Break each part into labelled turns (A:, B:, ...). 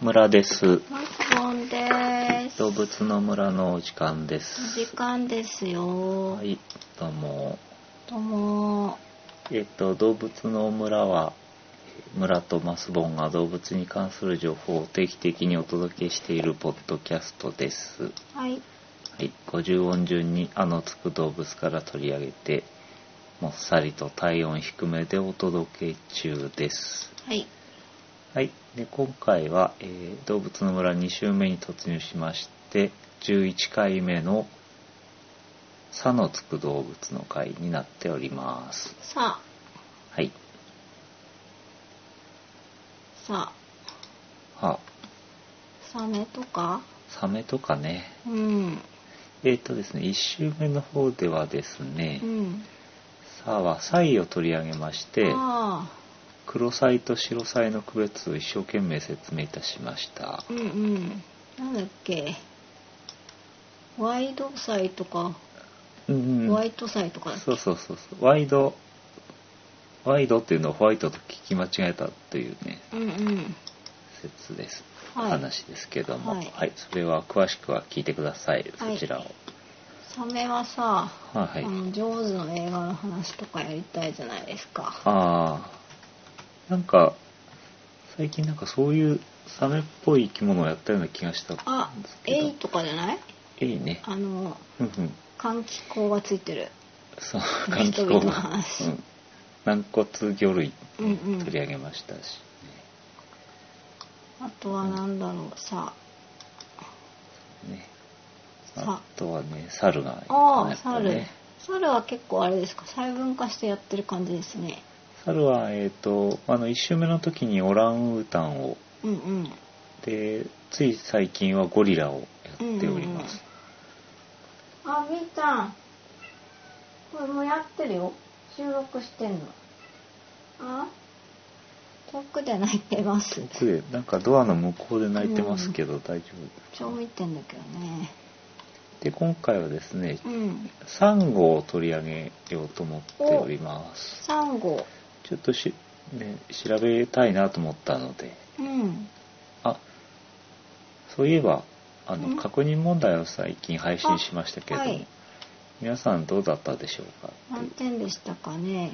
A: 村です。
B: マスボンです。
A: 動物の村のお時間です。
B: 時間ですよ。
A: はい、どうも。
B: どうも。
A: えっと、動物の村は、村とマスボンが動物に関する情報を定期的にお届けしているポッドキャストです。
B: はい。
A: はい、50音順にあのつく動物から取り上げて、もっさりと体温低めでお届け中です。
B: はい。
A: はい、で今回は、えー動物の村」2週目に突入しまして11回目の「差のつく動物」の回になっております
B: さあ、
A: はい
B: さあ、
A: あ
B: サメとか
A: サメとかね
B: うん。
A: えっ、とですね1週目の方ではですね
B: うん。
A: 「差」は「サイ」を取り上げまして
B: あ
A: 黒サイと白サイの区別を一生懸命説明いたしました
B: あ、うんうん。なんだっけ。ワイドサイとか、
A: うん
B: ホワイトサイとかだっけ
A: そうそうそうそうワイドワイドっていうのをホワイトと聞き間違えたというね
B: うんうん。
A: 説です、
B: はい
A: 話ですけども、は
B: はいい
A: それは詳しくは聞いてください
B: は
A: そ
B: い
A: ちらを、
B: サメはさ、
A: はいはい
B: あの、ジョーズの映画の話とかやりたいじゃないですか。
A: ああなんか最近なんかそういうサメっぽい生き物をやったような気がしたんで
B: あ
A: す、けど
B: エイとかじゃない
A: エイね
B: あの、
A: うんうん
B: 換気口がついてる。
A: そう
B: 人
A: 換気
B: 々
A: 口
B: の
A: が、
B: 話
A: うん、軟骨魚類
B: うんうん
A: 取り上げましたし、
B: あとはなんだろうさ
A: ね
B: さ
A: あとはね猿がいたね
B: あ
A: や
B: あ
A: っぱね
B: 猿、猿は結構あれですか細分化してやってる感じですね
A: 猿は、えー、とあの1周目の時にオランウータンを
B: うんうん
A: でつい最近はゴリラをやっております、
B: あみーちゃんこれもやってるよ収録してんのあ遠くで泣いてます
A: 奥でなんかドアの向こうで泣いてますけど、大丈
B: 超
A: 夫
B: 見てんだけどね
A: で今回はですね
B: うん
A: サンゴを取り上げようと思っております
B: サンゴ
A: ちょっとし、ね、調べたいなと思ったので
B: うん
A: あそういえばあ
B: う
A: の
B: ん
A: 確認問題を最近配信しましたけれども、
B: あはい
A: 皆さんどうだったでしょうか
B: 何点でしたかね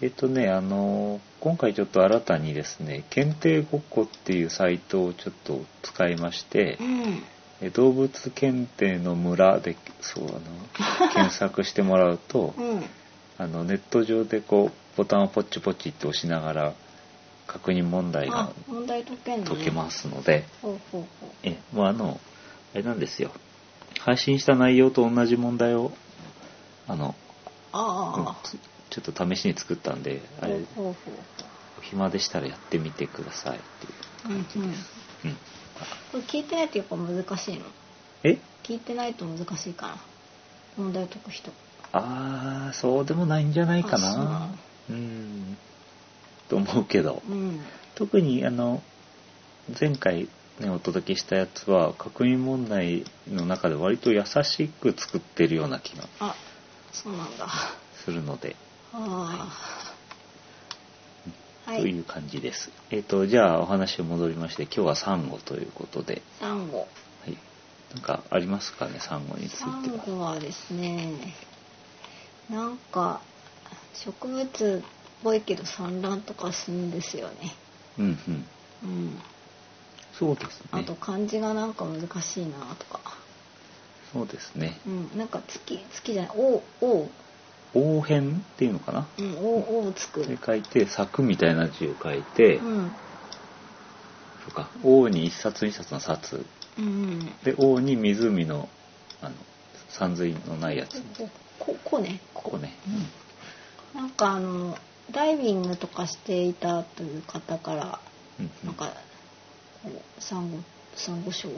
A: えっとね、あの今回ちょっと新たにですね、検定ごっこっていうサイトをちょっと使いまして
B: う、ん
A: え動物検定の村で、そう、あ の、検索してもらうと、
B: うん
A: あの、ネット上でこう、ボタンをポチポチって押しながら、確認問題
B: あ
A: が
B: 問題解けんの、ね、
A: 解けますすので、
B: ほうほうほう
A: え、もうあの、あれなんですよ、配信した内容と同じ問題を、あの、
B: ああ、
A: ちょっと試しに作ったんで、あれ、
B: ほうほう
A: お暇でしたらやってみてくださいっていう
B: ほう。うんう
A: う
B: ん。
A: ん
B: これ聞いてないとやっぱ難しいの。
A: え
B: 聞いてないと難しいかな。問題を解く人。
A: ああそうでもないんじゃないかな
B: あ
A: うんと思うけど
B: うん。
A: 特にあの前回ねお届けしたやつは確認問題の中で割と優しく作ってるような気が
B: あ、そうなんだ。
A: するので、
B: ああ。は
A: と
B: い。
A: いう感じですえっ、とじゃあお話を戻りまして今日はサンゴということで、
B: サンゴ。
A: はい、なんかありますかねサンゴについ
B: サン
A: ては
B: ゴはですね、なんか植物っぽいけど産卵とかするんですよね。
A: うんうん
B: うん。
A: そうですね
B: あと漢字がなんか難しいなとか。
A: そうですね
B: うん、なんか月月じゃない、おお
A: 応変っていうのかな
B: うん、おおつく。
A: で書いて柵みたいな字を書いて、
B: う
A: そ
B: ん、
A: うか王に一冊二冊の冊
B: うん、
A: で王に湖のあの山水のないやつ
B: こここね。
A: ここね、
B: なんかあのダイビングとかしていたという方から
A: うんうん、
B: なんかこうサンゴサンゴ礁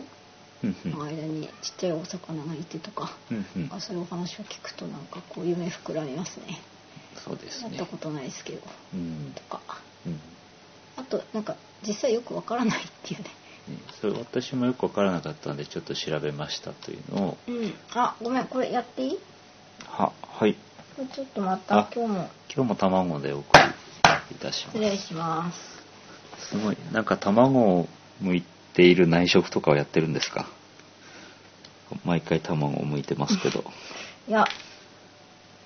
A: うんうん
B: の間にちっちゃいお魚がいてとか、
A: うんうん
B: なんかそういうお話を聞くとなんかこう夢膨らみますね。
A: そうです
B: やっ
A: ね
B: たことないですけど、
A: うん
B: とか。
A: うんね
B: あとなんか実際よくわからないっていうね。
A: それ私もよく分からなかったんでちょっと調べましたというのを
B: うん。あ、ごめん、これやっていい？
A: ははい
B: これちょっとま
A: あ
B: た今日も
A: 今日も卵でお送りいたしま
B: 失礼します。
A: すすごいなんか卵剥いている内職とかをやってるんですか毎回卵を剥いてますけど
B: いや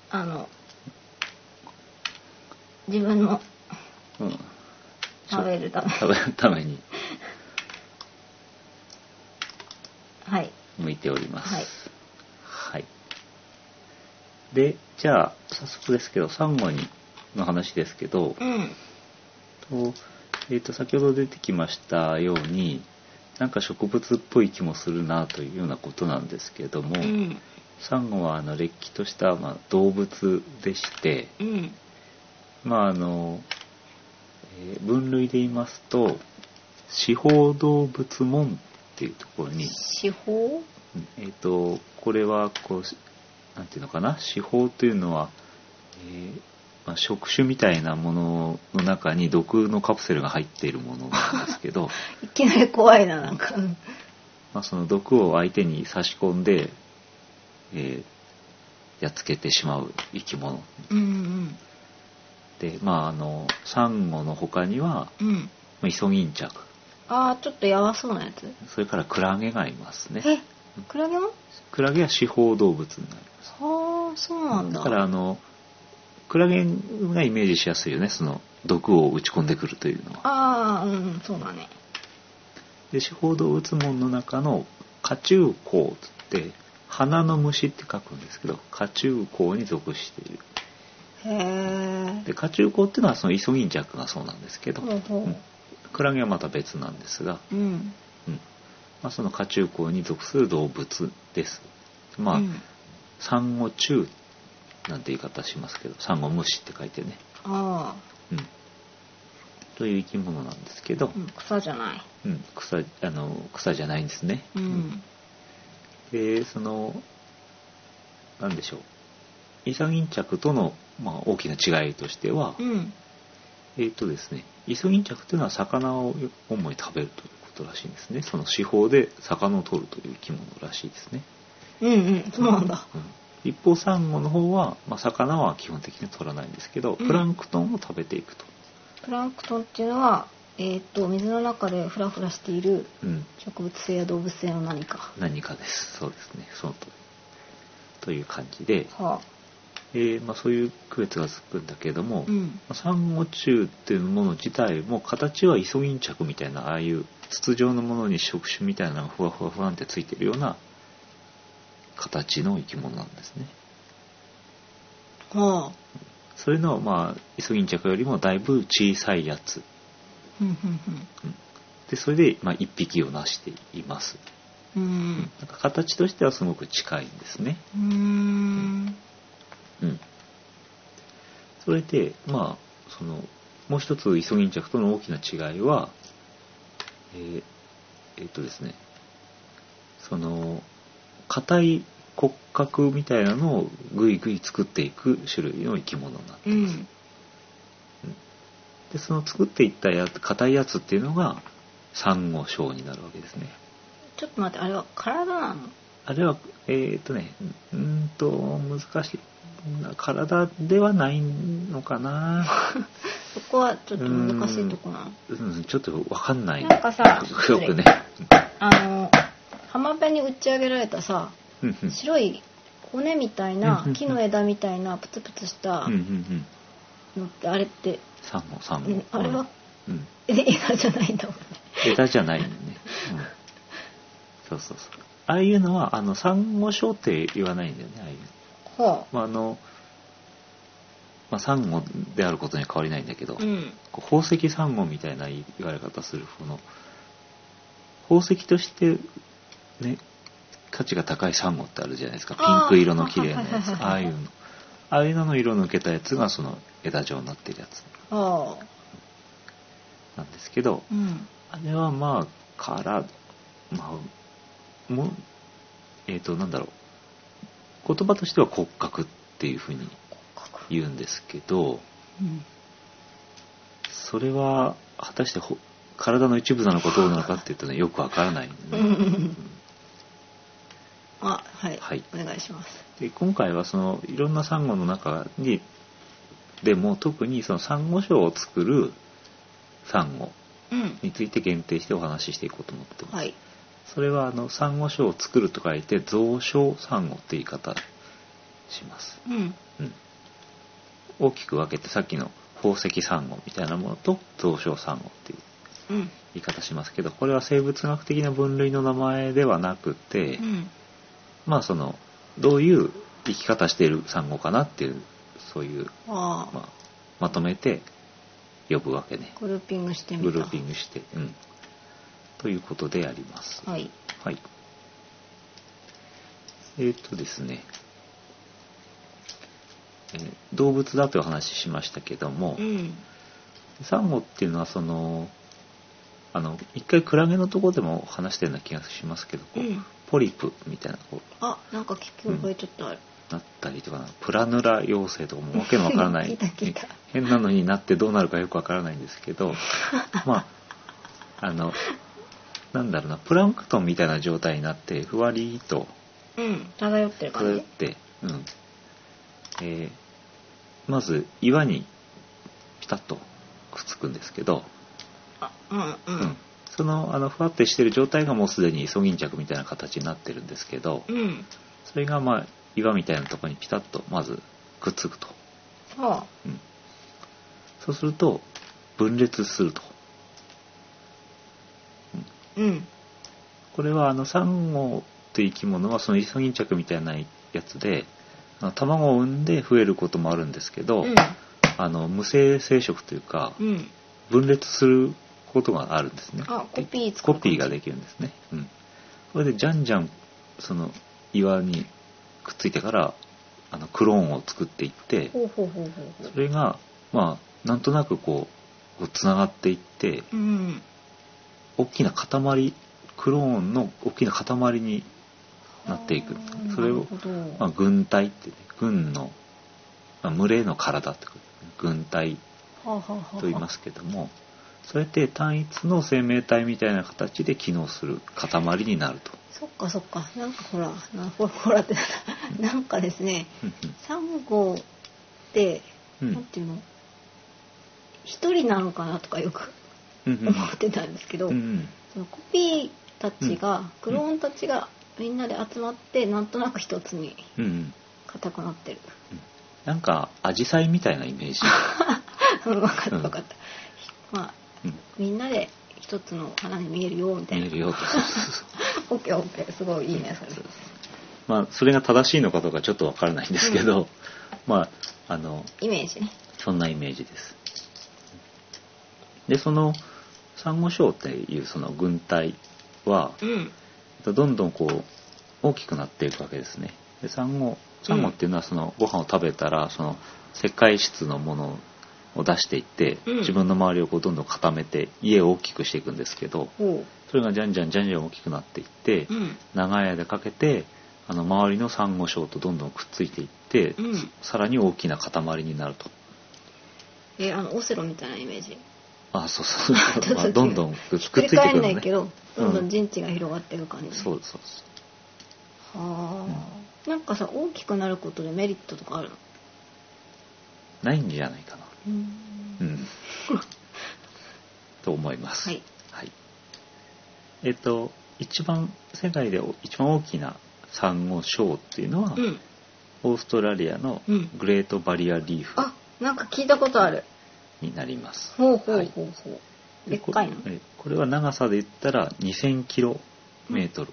B: あの自分の
A: うん
B: 食べるため
A: 食べるために
B: はい
A: 剥いております
B: はい
A: はいでじゃあ早速ですけどサンゴにの話ですけど、
B: うん
A: とえーと先ほど出てきましたようになんか植物っぽい気もするなというようなことなんですけども、
B: うん
A: サンゴはあのれっきとした、まあ、動物でして、
B: うん
A: まああのえー分類で言いますと四方動物門っていうところに、
B: 四方
A: うんえー、とこれはこうしなんていうのかな四方というのは、えーまあ、触手みたいなものの中に毒のカプセルが入っているものなんですけど
B: いきなり怖いななんかうん
A: まあその毒を相手に差し込んで、えーやっつけてしまう生き物
B: うん
A: で、まあ、あのサンゴの他には
B: うんうん
A: まあイソギンチャク
B: ああちょっとやばそうなやつ
A: それからクラゲがいますね
B: えクラゲも
A: クラゲは四方動物になります
B: ああそうなんだ
A: だからあのクラゲがイメージしやすいよねその毒を打ち込んでくるというのは
B: ああうんそうだね
A: で四方動物門の中のカチュウコウつって花の虫って書くんですけどカチュウコウに属している
B: へえ
A: でカチュウコウっていうのはそのイソギンチャクがそうなんですけど、
B: ほうほ
A: うんクラゲはまた別なんですが、
B: ううん
A: うんまあ、そのカチュウコウに属する動物ですまあ、
B: うん
A: サンゴ虫なんて言い方しますけどサンゴ虫って書いてね
B: あ
A: うん、という生き物なんですけど
B: あ、う、ん草じゃない
A: うん草あの草じゃないんですね、
B: うん
A: でそのなんでしょうイソギンチャクとの、まあ、大きな違いとしては、
B: うん
A: えっ、とですねイソギンチャクというのは魚を主に食べるということらしいんですねその四方で魚を取るという生き物らしいですね、
B: うんうんそうなんだ
A: うん一方サンゴの方は、まあ、魚は基本的に取らないんですけど
B: うん
A: プランクトンを食べていくと、
B: プランクトンっていうのはえーっと水の中でフラフラしている
A: うん、
B: 植物性や動物性の何か
A: 何かですそうですねそのとという感じで、
B: はあ
A: えーまあ、そういう区別がつくんだけれども、
B: う
A: ま
B: ん
A: あサンゴ虫っていうもの自体も形はイソギンチャクみたいなああいう筒状のものに触手みたいなのがふわふわふわんってついてるような形の生き物なんですね
B: はあ
A: それのまあイソギンチャクよりもだいぶ小さいやつ
B: ふんふんふん
A: でそれでまあ1匹を成しています
B: うん
A: なんか形としてはすごく近いんですね
B: うーん
A: うん、それでまあそのもう一つイソギンチャクとの大きな違いはえーえーっとですねその硬い骨格みたいなのをぐいぐい作っていく種類の生き物なん
B: う
A: で
B: ん
A: でその作っていったやつ硬いやつっていうのがサンゴ礁になるわけですね
B: ちょっと待ってあれは体なの
A: あれはえーっとねうーんと難しい体ではないのかな
B: そこはちょっと難しいとこなの
A: うん、ちょっとわかんない。
B: なんかさ
A: よくね。
B: あの浜辺に打ち上げられたさ
A: うんうんうん
B: 白い骨みたい
A: うん
B: な
A: うんうん
B: 木の枝みたいなプツプツした
A: うんうん。
B: のってあれって、
A: サンゴ、サン
B: うん
A: ゴ。
B: あれは
A: うん。
B: え枝じゃないんだもんね
A: 枝じゃないのね。うんそうそうそう。ああいうのは、あの、サンゴ礁って言わないんだよね、ああいう。
B: は
A: まあ、あの、まあ、サンゴであることには変わりないんだけど、
B: あうん
A: こう宝石サンゴみたいな言われ方する、この、宝石として、ね、価値が高いサンゴってあるじゃないですか。ピンク色の綺麗なやつ。
B: あー
A: ああいうの。ああいうのの色の抜けたやつが、その枝状になってるやつ
B: はあ
A: なんですけど、
B: うん
A: あれはまあ、から、まあ、もう、えっ、と、なんだろう。言葉としては骨格っていうふうに言うんですけど、
B: うん
A: それは果たしてほ体の一部なのかどうなのかっていうとねよくわからないん
B: う
A: で,、
B: んう
A: ね、
B: んあはい、
A: はい
B: お願いします
A: で今回はそのいろんなサンゴの中にでも特にそのサンゴ礁を作るサンゴ
B: うん。
A: について限定してお話ししていこうと思ってます。
B: はい。
A: それはあのサンゴ礁を作ると書いて増床サンゴって言い方します、
B: うん。
A: うん、大きく分けてさっきの宝石サンゴみたいなものと増床サンゴっていう
B: うん。
A: 言い方しますけどこれは生物学的な分類の名前ではなくて、
B: うん。
A: まあそのどういう生き方しているサンゴかなっていうそういう、
B: ああ、
A: まあ、まとめて呼ぶわけね
B: グルーピングしてみた。
A: グルーピングして、うん、ということであります
B: はい。
A: はい。えーっとですね、えー動物だというお話ししましたけども
B: う、ん。
A: サンゴっていうのはその、あの、一回クラゲのとこでも話したような気がしますけど、こ
B: う。
A: うんポリプみたいな、こう、
B: あ、なんか聞き覚えちょっとある。
A: なったりとか、プラヌラ妖精とかもわけのわからな
B: 聞い
A: い
B: た聞いた、
A: 変なのになってどうなるかよくわからないんですけ ど、まあ、あの、なんだろうな、プランクトンみたいな状態になって、ふわりと、
B: うん。漂ってる
A: こ
B: 感
A: れっ
B: じ。
A: て、うん。えーまず岩にピタッとくっつくんですけど、
B: あ、うん
A: うんそのあのふわってしてる状態がもうすでにイソギンチャクみたいな形になってるんですけど
B: うん。うん。
A: それがまあ岩みたいなところにピタッとまずくっつくと、
B: は
A: うん、そうすると分裂すると
B: あ。うん。
A: これはあのサンゴって生き物はそのイソギンチャクみたいなやつであの卵を産んで増えることもあるんですけど、
B: うん。
A: あの無性生殖というか
B: うん。
A: 分裂することがあるんですね
B: あ、コピー作
A: コ
B: る。
A: ピーができるんですねうんそれでじゃんじゃんその岩にくっついてからあのクローンを作っていって
B: ほうほうほうほうほう
A: そ。れがまあなんとなくこうつながっていって
B: うん。
A: 大きな塊クローンの大きな塊になっていく
B: あー
A: それを
B: なるほど
A: まあ、軍隊ってね軍の、まあ群れの体ってこと軍隊
B: はあはあはあ
A: と言いますけどもそれって単一の生命体みたいな形で機能する塊になると、
B: そっかそっかなんかほらなほらほらってなんかですねサンゴって、
A: うんうん
B: なんていうの一人なのかなとかよく
A: うんうん
B: 思ってたんですけど、
A: うん
B: そのコピーたちが、クローンたちがみんなで集まってなんとなく一つに
A: うんうん
B: 固くなってる
A: なんかアジサイみたいなイ メージ、
B: 分 かった
A: うん
B: 分かった、まあ
A: うん、
B: みんなで一つの花に見えるよみたい
A: 見
B: な
A: えるよと
B: オッケーオッケーすごいいいねそれ
A: そうまあそれが正しいのかどうかちょっとわからないんですけど、まああの
B: イメージね
A: そんなイメージですでそのサンゴ礁っていうその軍隊は
B: うん
A: どんどんこう大きくなっていくわけですねでサンゴサンゴっていうのはそのご飯を食べたらその石灰質のものを出していって
B: うん
A: 自分の周りをこうどんどん固めて家を大きくしていくんですけど
B: ほ
A: それがじゃんじゃんじゃんじゃん大きくなっていって
B: ううん
A: 長い間かけてあの周りのサンゴ礁とどんどんくっついていって
B: うん
A: さらに大きな塊になると
B: えーあのオセロみたいなイメージ
A: あそうそう
B: ちょっと
A: まあどんどんくっつ
B: 繰
A: い
B: り
A: てく
B: 返
A: る
B: ん
A: の
B: ない
A: ね
B: けど、どんど
A: うん
B: ん陣地が広がってる感じ
A: そう
B: は
A: そうそう
B: あ、なんかさ大きくなることでメリットとかあるの
A: ないんじゃないかな
B: う
A: うんん と思います
B: はい、
A: はいえっ、と一番世界でお一番大きなサンゴ礁っていうのは、
B: うん
A: オーストラリアの
B: うん
A: グレートバリアリーフ
B: あなんか聞いたことある
A: になります、
B: ほうほうほうほう、でっかいの
A: こえこれは長さで言ったら2000キロメート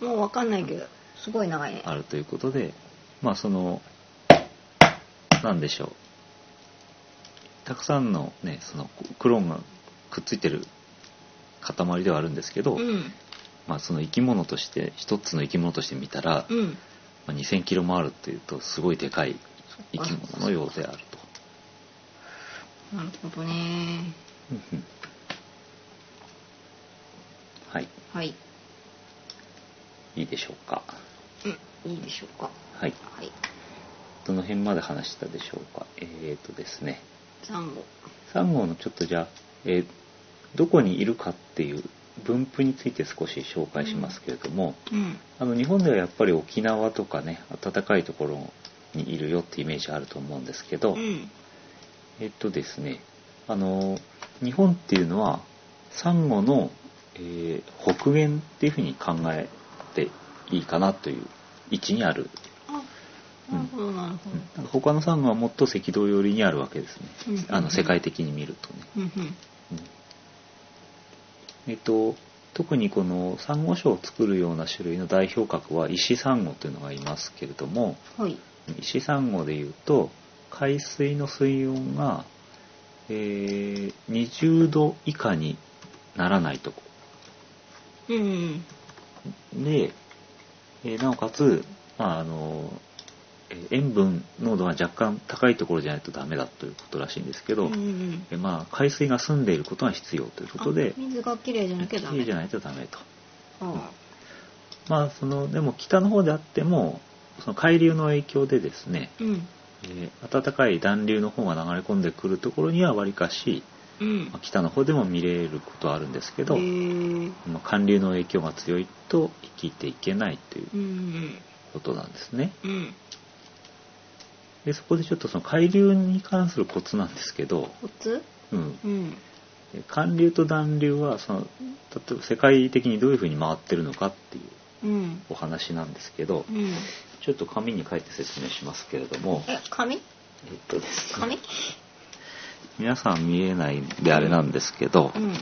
A: ル
B: もうわかんないけどすごい長いね
A: あるということで、 まあそのなんでしょうたくさんのねそのクローンがくっついてる塊ではあるんですけど、
B: うん
A: まあその生き物として一つの生き物として見たら、
B: うん
A: まあ2000キロもあるっていうとすごいでかい生き物のようであると。
B: なるほどね
A: うんうんはい、
B: はい、
A: いいでしょうか。
B: うん、いいでしょうか
A: はい、
B: はい
A: どの辺まで話したでしょうか。えっ、とですね、
B: サンゴ
A: サンゴのちょっとじゃあ、えーどこにいるかっていう分布について少し紹介しますけれども、
B: うん
A: あの日本ではやっぱり沖縄とかね暖かいところにいるよってイメージあると思うんですけど、
B: うん
A: えっとですねあの日本っていうのはサンゴの、えー北限っていうふうに考えていいかなという位置にある、
B: あなるほどなるほ
A: うんなんか他のサンゴはもっと赤道寄りにあるわけですね、
B: うん
A: あの世界的に見るとね、
B: ど、うんう
A: う
B: ん、
A: んえっと特にこのサンゴ礁を作るような種類の代表格は石サンゴというのがいますけれども、
B: はい
A: 石サンゴでいうと海水の水温が、えー20度以下にならないとこ
B: うんうん
A: で、えーなおかつ、まああのえー塩分濃度が若干高いところじゃないとダメだということらしいんですけど、
B: うんうん
A: えーまあ、海水が澄んでいることが必要ということで
B: あ水がきれいじゃなきゃダメ
A: きれいじゃないとダメと。
B: あ
A: まあ、そのでも北の方であってもその海流の影響でですね、
B: あうん
A: えー暖かい暖流の方が流れ込んでくるところにはわりかし、
B: うん
A: まあ北の方でも見れることはあるんですけど、
B: へー
A: まあ寒流の影響が強いと生きていけないという
B: うんうん
A: ことなんですね。
B: うん
A: でそこでちょっとその海流に関するコツなんですけど、
B: コツ
A: うん、
B: うん
A: え寒流と暖流はその例えば世界的にどういうふうに回ってるのかっていう
B: うん
A: お話なんですけど
B: う、ん
A: ちょっと紙に書いて説明しますけれども、
B: え紙
A: えっとですね、
B: 紙
A: 皆さん見えないんであれなんですけど、
B: うん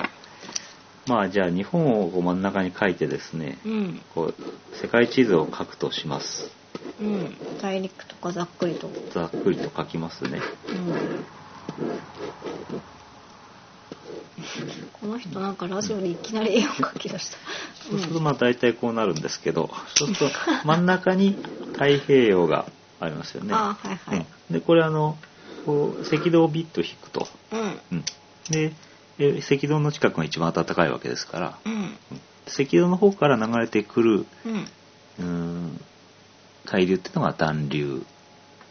A: まあじゃあ日本をこう真ん中に書いてですね、
B: うん
A: こう世界地図を書くとします
B: うん大陸とかざっくりと
A: ざっくりと書きますね
B: うんこの人なんかラジオでいきなり絵を描き出した。
A: そうするとまあ大体こうなるんですけどそうすると真ん中に太平洋がありますよね、
B: あはいはい。
A: うんでこれあのこう赤道をビッと引くと、
B: うん
A: うんでえ赤道の近くが一番暖かいわけですから、
B: うん
A: うん赤道の方から流れてくる
B: うん
A: うーん海流っていうのが暖流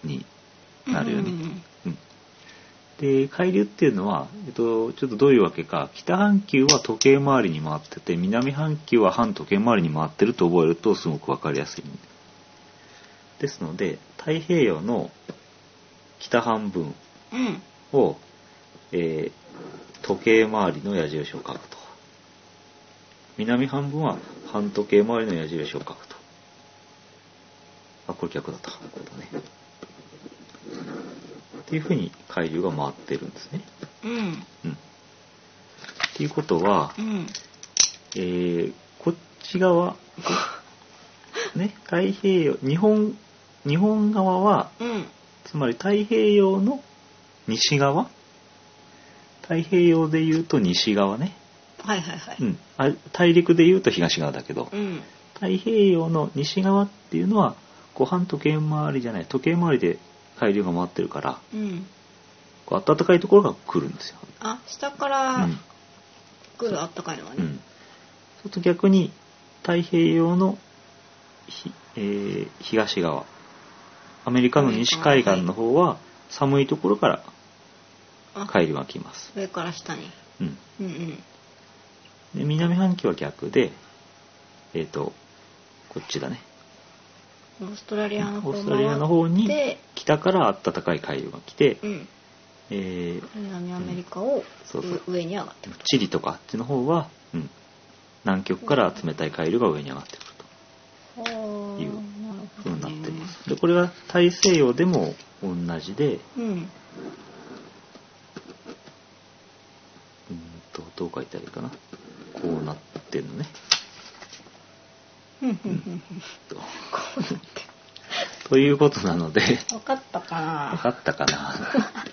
A: になるよね、
B: うん
A: うんで海流っていうのは、えっと、ちょっとどういうわけか北半球は時計回りに回ってて南半球は反時計回りに回ってると覚えるとすごくわかりやすいんですので太平洋の北半分
B: うん
A: を、えー時計回りの矢印を書くと南半分は反時計回りの矢印を書くとあこれ逆だったこれだねっていうふうに海流が回ってるんですね
B: うん
A: うんっていうことは
B: う、ん
A: えーこっち側 ね太平洋日本日本側は
B: うん
A: つまり太平洋の西側太平洋でいうと西側ね、。
B: はいはいはいう
A: ん、あ大陸でいうと東側だけど
B: うん
A: 太平洋の西側っていうのはこう反時計回りじゃない時計回りで海流が回ってるから
B: うん
A: こう暖かいところが来るんですよ、
B: あ下か
A: う
B: ら
A: ん
B: 来るあったかいのは
A: う
B: ね。
A: ん、そうすると逆に太平洋のひ、えー東側アメリカの西海岸の方は寒いところから
B: あ
A: 海流が来ます、
B: 上から下に。
A: うん、
B: うんうん
A: で南半球は逆でえっ、とこっちだね
B: オーストラリアの方
A: オーストラリアの方に
B: で
A: 北から暖かい海流が来て、
B: うん
A: えー
B: 南アメリカを
A: そうそう
B: 上に上がってくる。
A: チリとかあっちの方は、うん、南極から冷たい海流が上に上がってくる
B: あー
A: いう
B: なる
A: と
B: ほ
A: いう
B: ど
A: ふう
B: ね
A: になってますでこれは大西洋でも同じで
B: うん
A: うんとどう書いたらいいかなこうなってんのね
B: うんうんうんうん
A: と ということなので
B: 分かったか
A: 分
B: な
A: かったかな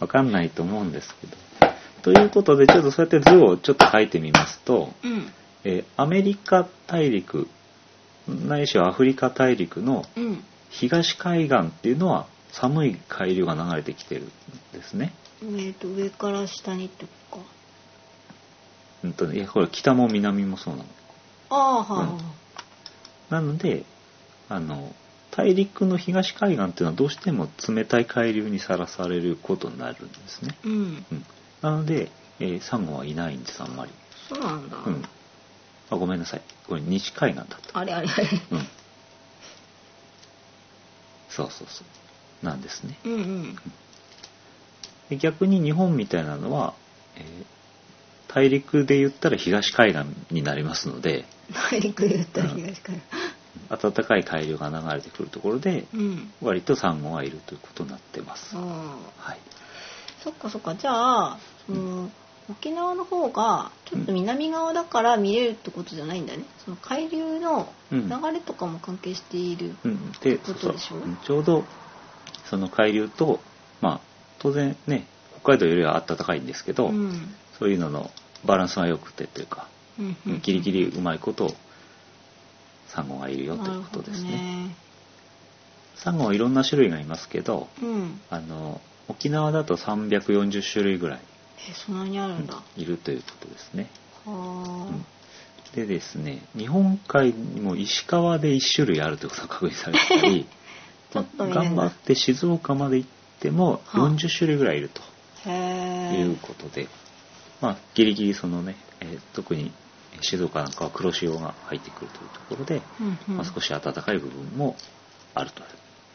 A: 分かんないと思うんですけど。ということで、ちょっとそうやって図をちょっと書いてみますと、
B: うん
A: えーアメリカ大陸、ないしはアフリカ大陸の
B: うん
A: 東海岸っていうのは寒い海流が流れてきてるんですね。
B: えっと上から下にってことか
A: うんとね、いやこれ北も南もそうなの。
B: ああはいはい
A: なので、あの、大陸の東海岸っていうのはどうしても冷たい海流にさらされることになるんですね。
B: うん
A: うん、なので、えーサンゴはいないんですあんまり、
B: そうなんだ
A: うん、あごめんなさいこれ西海岸だった、
B: あれあれあれ
A: うん、そうそうそうなんですね
B: うんうん
A: で逆に日本みたいなのは、えー大陸で言ったら東海岸になりますので
B: 内陸で言ったら東から。
A: 暖かい海流が流れてくるところで
B: うん。
A: 割とサンゴがいるということになってます、
B: ああ。
A: はい、
B: そっかそっかじゃあその沖縄の方がちょっと南側だから見れるってことじゃないんだね、その海流の
A: うん
B: 流れとかも関係している、
A: うん、で
B: こと
A: そう
B: でし
A: そ
B: ょ
A: ううんちょうどその海流とまあ当然ね北海道よりは暖かいんですけど、
B: うん
A: そういうののバランスが良くてというか、
B: うんうん
A: ギリギリうまいことサンゴがいるよということですね
B: なるほどね
A: サンゴはいろんな種類がいますけど
B: うん
A: あの沖縄だと340種類ぐらい
B: えそんなにあるんだ、はい
A: るということですね、
B: あ、
A: うんでですね日本海にも石川で1種類あるということが確認されてたり
B: ちょっと見れない
A: 頑張って静岡まで行っても
B: はあ
A: 40種類ぐらいいると
B: へえ
A: いうことで、まあギリギリそのね、えー特に静岡なんかは黒潮が入ってくるというところで、
B: うんうん
A: まあ、少し暖かい部分もあると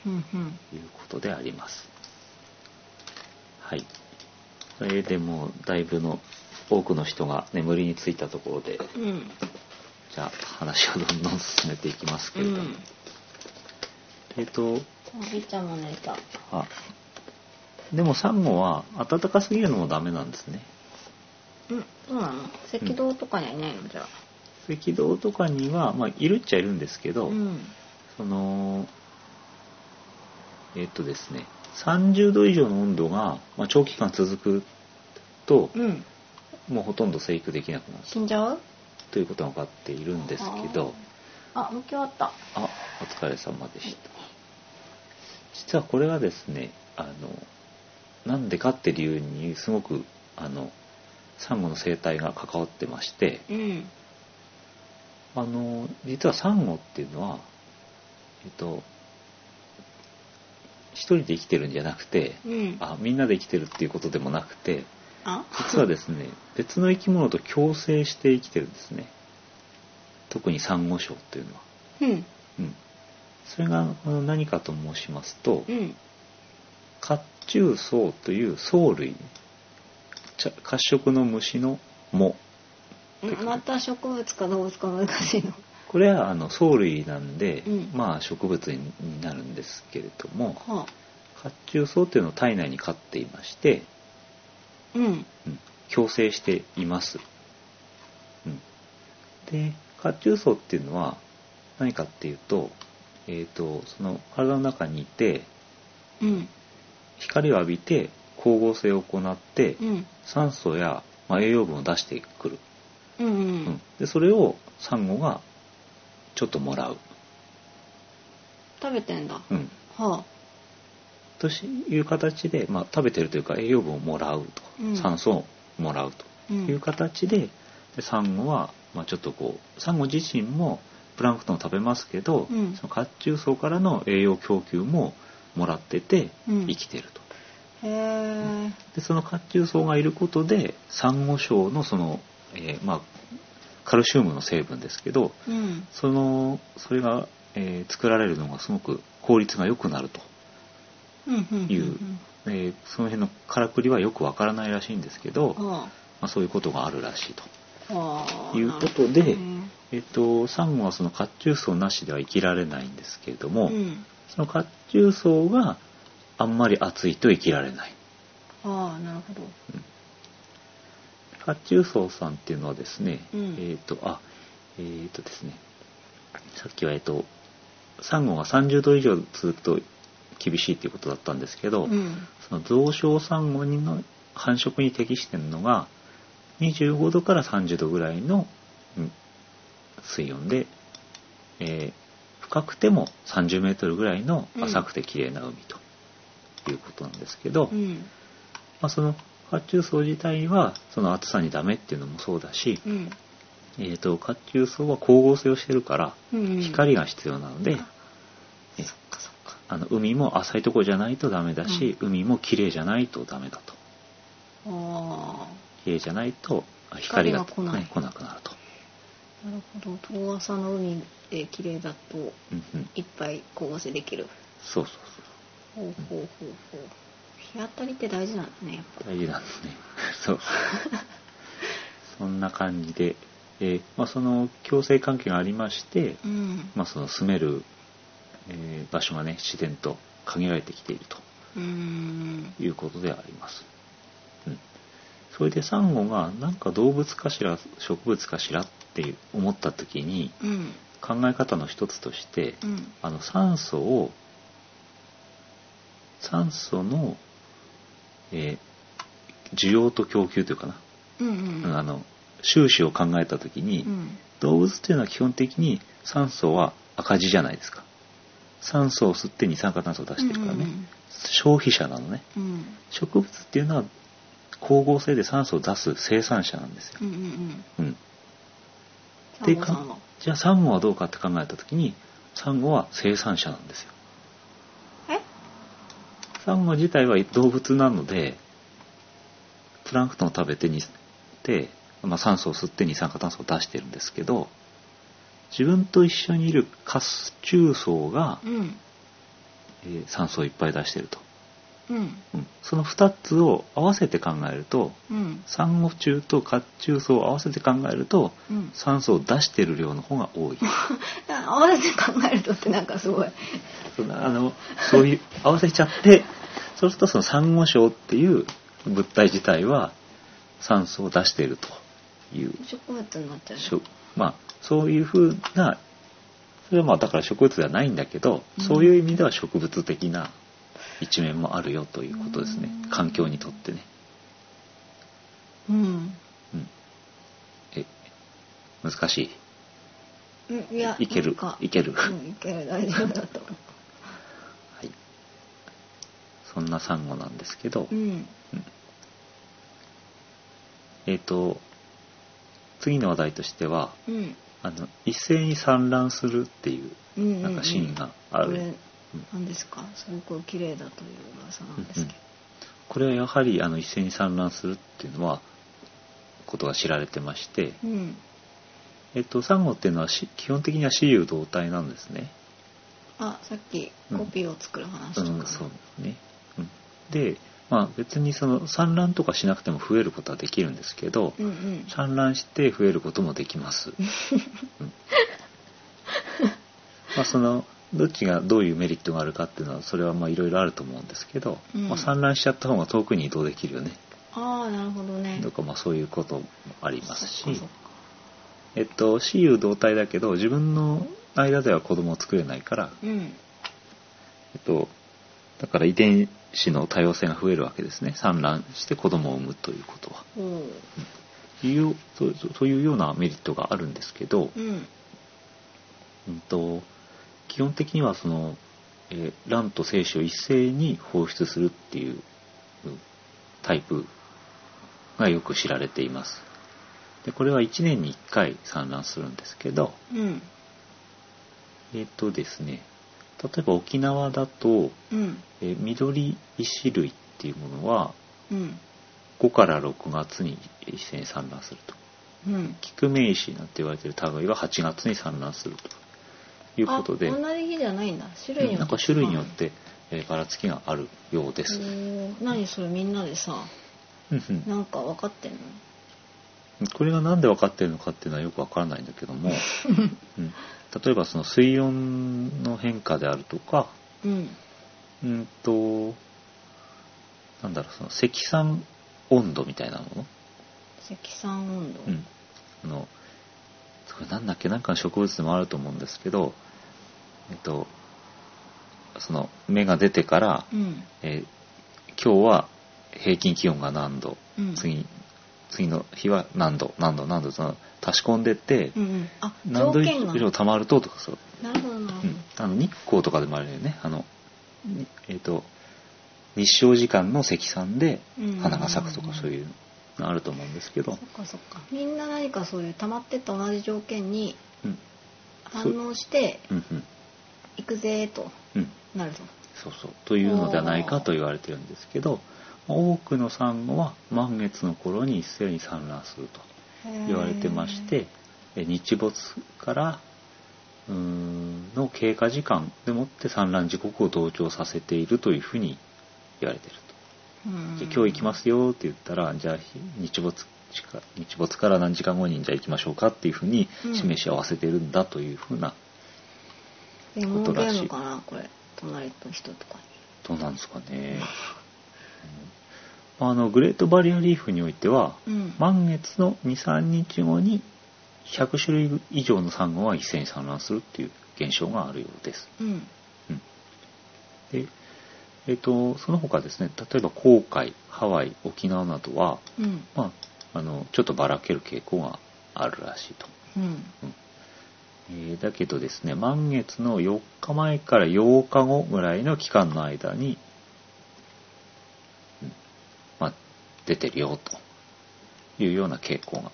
B: うんうん
A: いうことでありますはいそれでもうだいぶの多くの人が眠りについたところで
B: うん
A: じゃあ話をどんどん進めていきますけ
B: う
A: れども、
B: ん
A: えっと
B: おびちゃんも寝た
A: あでもサンゴは暖かすぎるのもダメなんですね
B: うんそうなの赤道とかにはいないのじゃあ
A: 赤道とかには、まあ、いるっちゃいるんですけど、
B: うん
A: そのえっとですね30度以上の温度が、まあ、長期間続くと、
B: うん
A: もうほとんど生育できなくなる
B: 死んじゃう
A: ということが分かっているんですけど
B: あ向き終わった
A: あお疲れ様でした実はこれはですねあのなんでかって理由にすごくあのサンゴの生態が関わってまして
B: うん
A: あの実はサンゴっていうのはえっと一人で生きてるんじゃなくて
B: うん
A: あみんなで生きてるっていうことでもなくて
B: あ
A: 実はです ね別の生き物と共生して生きてるんですね特にサンゴ礁っていうのは、
B: うん
A: うん、それがあの何かと申しますと
B: うん
A: 褐虫藻という藻類茶褐色の虫の藻
B: うんまた植物か動物か難しいの
A: これはあの藻類なんで、
B: うん
A: まあ植物になるんですけれども
B: はあ
A: 褐虫藻っていうのを体内に飼っていまして、
B: うん
A: うん共生しています、うん、で褐虫藻っていうのは何かっていうと,、えー、とその体の中にいて
B: うん
A: 光を浴びて光合成を行って
B: うん
A: 酸素や、まあ、栄養分を出してくる、
B: うんうん
A: うん、でそれをサンゴがちょっともらう、
B: 食べてんだは
A: うん、
B: あ
A: という形で、まあ、食べてるというか栄養分をもらうと、
B: うん
A: 酸素をもらうと
B: う
A: いう形ででサンゴは、まあ、ちょっとこうサンゴ自身もプランクトンを食べますけど、
B: うん
A: その褐虫藻からの栄養供給ももらってて
B: うん
A: 生きてると、
B: へえ
A: でその褐虫藻がいることでサンゴ礁のその、えーまあ、カルシウムの成分ですけど
B: うん
A: そのそれが、えー作られるのがすごく効率が良くなると、
B: うんうん
A: いうんえーその辺のからくりはよくわからないらしいんですけど、ま
B: は
A: あ、そういうことがあるらしいと。
B: あはあ
A: いうことで
B: なるほどね
A: えっと、サンゴはその褐虫藻なしでは生きられないんですけれども、
B: うん
A: その褐虫藻があんまり暑いと生きられない
B: はあなるほど
A: 褐虫藻さんっていうのはですね、
B: うん
A: えっとあえっとですねさっきはえっとサンゴが30度以上続くと厳しいっていうことだったんですけど、
B: うん
A: その増床サンゴにの繁殖に適しているのが25度から30度ぐらいのうん水温で、えー深くても30メートルぐらいの
B: うん
A: 浅くて綺麗な海ということなんですけど、
B: う
A: ま
B: ん
A: あ、その褐虫藻自体はその暑さにダメっていうのもそうだし、
B: うん
A: えー、と褐虫藻は光合成をしてるから
B: うん
A: 光が必要なので、え
B: そっかそっか
A: あの海も浅いところじゃないとダメだし、海も綺麗じゃないとダメだと。
B: あ
A: 家じゃないと光が
B: 光が来ない
A: ね来なくなると、
B: あなるほど遠浅の海で綺麗だと
A: うんうん、
B: いっぱい光合成できる
A: そうそう
B: ほうほうほうほう 日当たりって大事なんだねやっぱ
A: そう大事なんですねそうそんな感じで、えーまあ、その共生関係がありまして、
B: うん
A: まあ、その住める、えー場所がね自然と限られてきている
B: うん
A: ということであります、うん、それでサンゴがなんか動物かしら植物かしらって思った時に
B: うん
A: 考え方の一つとして
B: うん
A: あの酸素を酸素の、えー需要と供給というかな、
B: うんう
A: うん
B: ん
A: あの収支を考えた時に、
B: うん
A: 動物っていうのは基本的に酸素は赤字じゃないですか酸素を吸って二酸化炭素を出してるからね、消費者なのね
B: うん
A: 植物っていうのは光合成で酸素を出す生産者なんですよ
B: うん、うんうん
A: うん、
B: う
A: で
B: ん
A: か
B: サンゴ
A: じゃあサンゴはどうかって考えた時にサンゴは生産者なんですよ
B: え
A: サンゴ自体は動物なのでプランクトンを食べてにて、まあ、酸素を吸って二酸化炭素を出してるんですけど自分と一緒にいる褐虫藻が、
B: うん
A: えー酸素をいっぱい出してると、
B: うん
A: うんその2つを合わせて考えると
B: うん
A: サンゴ虫と褐虫藻を合わせて考えると
B: うん
A: 酸素を出してる量の方が多い
B: 合わせて考えるとってなんかすごい
A: そのあのそういう合わせちゃってそうするとそのサンゴ礁っていう物体自体は酸素を出しているという
B: 植物になっちゃう
A: しょまあそういうふうなそれはまあだから植物ではないんだけど、
B: うん
A: そういう意味では植物的な一面もあるよということですね
B: うん
A: 環境にとってね。
B: うん
A: うん、え難しい
B: うんいや
A: いける
B: なんか
A: いける
B: うんいける大丈夫だと思
A: はい、そんなサンゴなんですけど、
B: ううん
A: えっ、と次の話題としては
B: うん
A: あの一斉に産卵するっていう
B: うんうん
A: なんかシーンがある、
B: こ
A: う
B: れ
A: ん
B: なんですかすごく綺麗だという噂なんですけど
A: これはやはりあの一斉に産卵するっていうのはことが知られてまして、
B: うん
A: えっとサンゴっていうのはし基本的には雌雄同体なんですね。
B: あさっきコピーを作る話と
A: う
B: か、
A: ん、そうですね、うん、で、まあ、別にその産卵とかしなくても増えることはできるんですけど、
B: うんうん
A: 産卵して増えることもできます、うんまあそのどっちがどういうメリットがあるかっていうのはそれはまあいろいろあると思うんですけど、
B: うん
A: まあ、産卵しちゃった方が遠くに移動できるよね
B: ああなるほどね
A: とかまあそういうこともありますし
B: そっかそっか
A: えっと雌雄同体だけど自分の間では子供を作れないから、
B: うん
A: えっと、だから遺伝子の多様性が増えるわけですね産卵して子供を産むということは
B: おう
A: いうそうそういうようなメリットがあるんですけど、
B: うん
A: うんと基本的にはその、えー卵と精子を一斉に放出するっていううんタイプがよく知られていますでこれは1年に1回産卵するんですけど
B: うん
A: えっ、とですね例えば沖縄だと、
B: うん
A: えー緑石類っていうものは
B: うん
A: 5から6月に一斉に産卵すると
B: うん
A: 菊名石なんて言われてる類は8月に産卵するということで
B: あ同じ日じゃないんだ種類
A: う
B: に
A: ん
B: よ
A: なん
B: って
A: か種類によって、えーばらつきがあるようです。
B: へー何それみんなでさ
A: うんうん
B: なんか分かってんの
A: これがなんで分かってるのかっていうのはよくわからないんだけど も、うん例えばその水温の変化であるとか、
B: うん
A: うんと、なんだろう、その積算温度みたいなもの、
B: 積算温度
A: うん、あの、これなんだっけ、なんかの植物でもあると思うんですけど、えっと、その芽が出てから、
B: うん
A: えー今日は平均気温が何度、
B: うん
A: 次次の日は何度何度何度その足し込んでって、
B: うんうんあ
A: 何
B: 条
A: 度以
B: 件が
A: 上たまるととかそう、
B: なるほどなる
A: うんあの日光とかでもあるよねあの、にえー、と日照時間の積算で
B: うん
A: 花が咲くとかそういうのあると思うんですけ
B: ほど
A: ど
B: そっ、かそっかみんな何かそういう溜まってった同じ条件に
A: うん、
B: 反応して
A: うんうん
B: いくぜーと
A: うん
B: なると
A: そうそうというのではないかと言われてるんですけど多くのサンゴは満月の頃に一斉に産卵すると。言われてまして、え日没からうーんの経過時間でもって産卵時刻を同調させているというふうに言われていると、
B: うん
A: で今日行きますよって言ったらじゃあ日没ちか日没から何時間後にじゃあ行きましょうかっていうふうに
B: うん
A: 示し合わせてるんだというふうな、
B: え
A: こ
B: も
A: と
B: う出
A: ら
B: る
A: しい
B: のかなこれ隣の人とか
A: どうなんですかね。うんあの、グレートバリアリーフにおいては、
B: にうん
A: 満月の2、3日後に100種類以上のサンゴが一斉に産卵するっていう現象があるようです。
B: うん
A: で、えっ、と、その他ですね、例えば航海、ハワイ、沖縄などは、
B: うん
A: まあ、あの、ちょっとばらける傾向があるらしいと。
B: うん
A: えーだけどですね、満月の4日前から8日後ぐらいの期間の間に、うんまあ、出てるよというような傾向が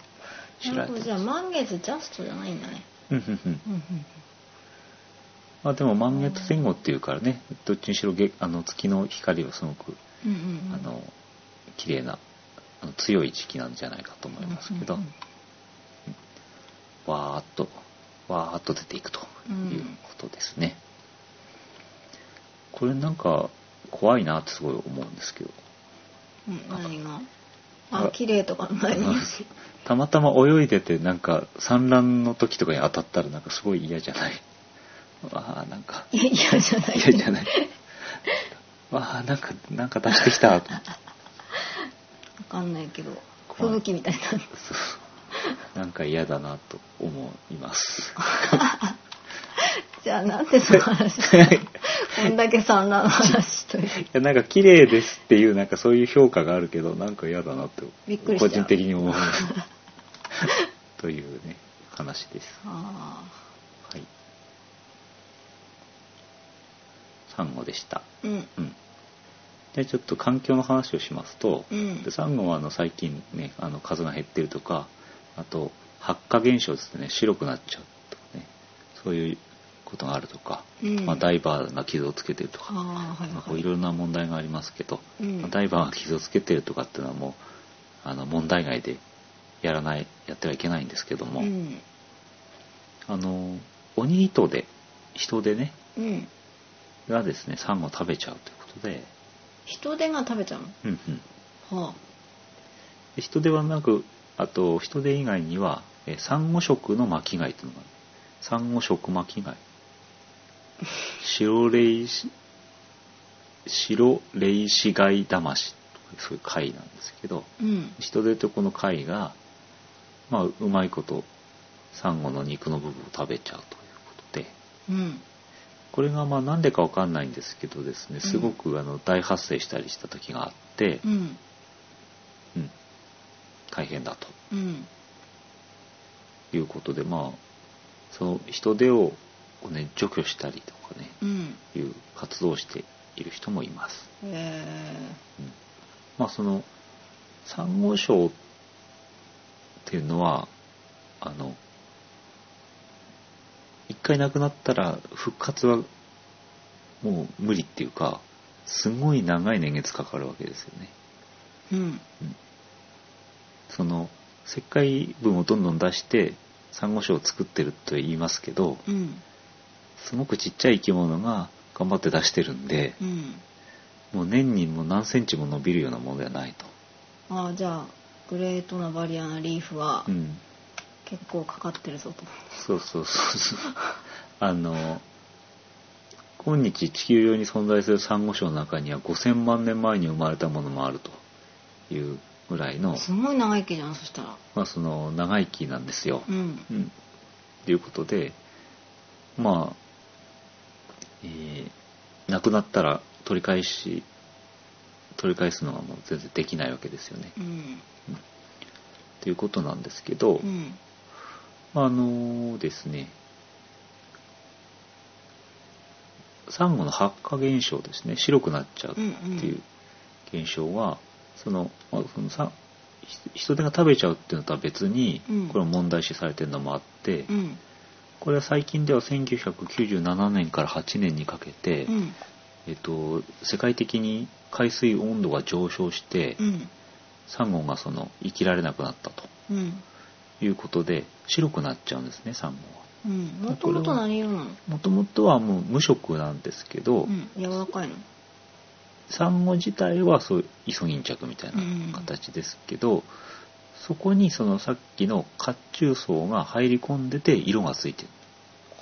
A: 知
B: な
A: られ
B: るほど
A: て
B: じゃあ
A: ます。
B: 満月ジャストじゃないんだね
A: うんうんうん
B: うん
A: まあ、でも満月前後っていうからね、どっちにしろげあの月の光はすごく、
B: うんうんうんうん
A: あの綺麗なあの強い時期なんじゃないかと思いますけど、
B: うんうん
A: わーっとわーっと出ていくということですね、これなんか怖いなってすごい思うんですけど
B: うんうん何が
A: あ
B: あ
A: ら
B: 綺麗とか ないのう
A: たまたま泳いでてなんか産卵の時とかに当たったらなんかすごい嫌じゃない わあなんか
B: いや嫌じゃない
A: 嫌じゃない わあなんかなんか出してきたと思って
B: わかんないけど
A: 怖い
B: 吹雪みたいな
A: そう なんか嫌だなと思います
B: じゃあなんでその 話こんだけ産卵の話と いう
A: いやなんか綺麗ですっていうなんかそういう評価があるけどなんか嫌だなって
B: びっくりしち
A: 個
B: ゃう
A: 人的に 思うというね話です
B: あ
A: はいサンゴでした
B: あうん
A: うんでちょっと環境の話をしますと、
B: うん
A: でサンゴはあの最近ねあの数が減ってるとかあと発火現象ですね白くなっちゃうとかねそういうことがあるとか、
B: うん
A: まあ、ダイバーが傷をつけてるとか、
B: ああはい
A: まあこう
B: はいい
A: ろいろな問題がありますけど、
B: うん
A: まあダイバーが傷をつけてるとかっていうのはもうあの問題外でやらないやってはいけないんですけども、
B: うん
A: あの鬼糸で人でね
B: うん
A: がですねサンゴを食べちゃうということで,、
B: 人手が食べちゃう
A: うんうん、
B: のは
A: で人ではなくあと人で以外にはえーサンゴ食の巻貝というのがあるサンゴ食巻貝白レイシ白レイシ貝魂とかそういう貝なんですけど、
B: あうん
A: 人手とこの貝が、まあ、うまいことサンゴの肉の部分を食べちゃうということで
B: うん
A: これがまあ何でかわかんないんですけどですねすごくあの大発生したりした時があって
B: う、ん
A: うん大変だ
B: うん
A: ということでまあその人手をこう、ね、除去したりとかね
B: うん
A: いう活動をしている人もいます。
B: え
A: うんまあそのサンゴ礁っていうのはあの一回なくなったら復活はもう無理っていうかすごい長い年月かかるわけですよね
B: ーうん
A: その石灰分をどんどん出してサンゴ礁を作ってると言いますけど
B: うん
A: すごくちっちゃい生き物が頑張って出してるんで
B: うん
A: もう年にもう何センチも伸びるようなものではないと、
B: ああじゃあグレートなバリアなリーフは
A: うん、
B: 結構かかってるぞと
A: そうそうそうそう。 あの、今日地球上に存在するサンゴ礁の中には5000万年前に生まれたものもあるというぐらいの、
B: すごい長生きじゃんそしたら
A: まあその長生きなんですよ
B: う。ん
A: うん。ということで、まあ、えー亡くなったら取り返し、取り返すのはもう全然できないわけですよね。
B: うん
A: ということなんですけど、
B: うん
A: あのですね、サンゴの発火現象ですね、白くなっちゃうっ
B: う
A: て
B: ん
A: いう現象は、その、まあそのさひ人手が食べちゃうっていうのとは別に
B: うん、
A: これも問題視されてるのもあって、
B: うん
A: これは最近では1997年から8年にかけて、
B: うん
A: えっと、世界的に海水温度が上昇して
B: う、ん
A: サンゴがその生きられなくなったと
B: うん
A: いうことで、白くなっちゃうんですね、サンゴは。
B: うんもともと何色なの
A: もともとはもう無色なんですけど、
B: うん柔らかいの
A: サンゴ自体はそうイソギンチャクみたいな形ですけど、そこにそのさっきの褐虫層が入り込んでて色がついてる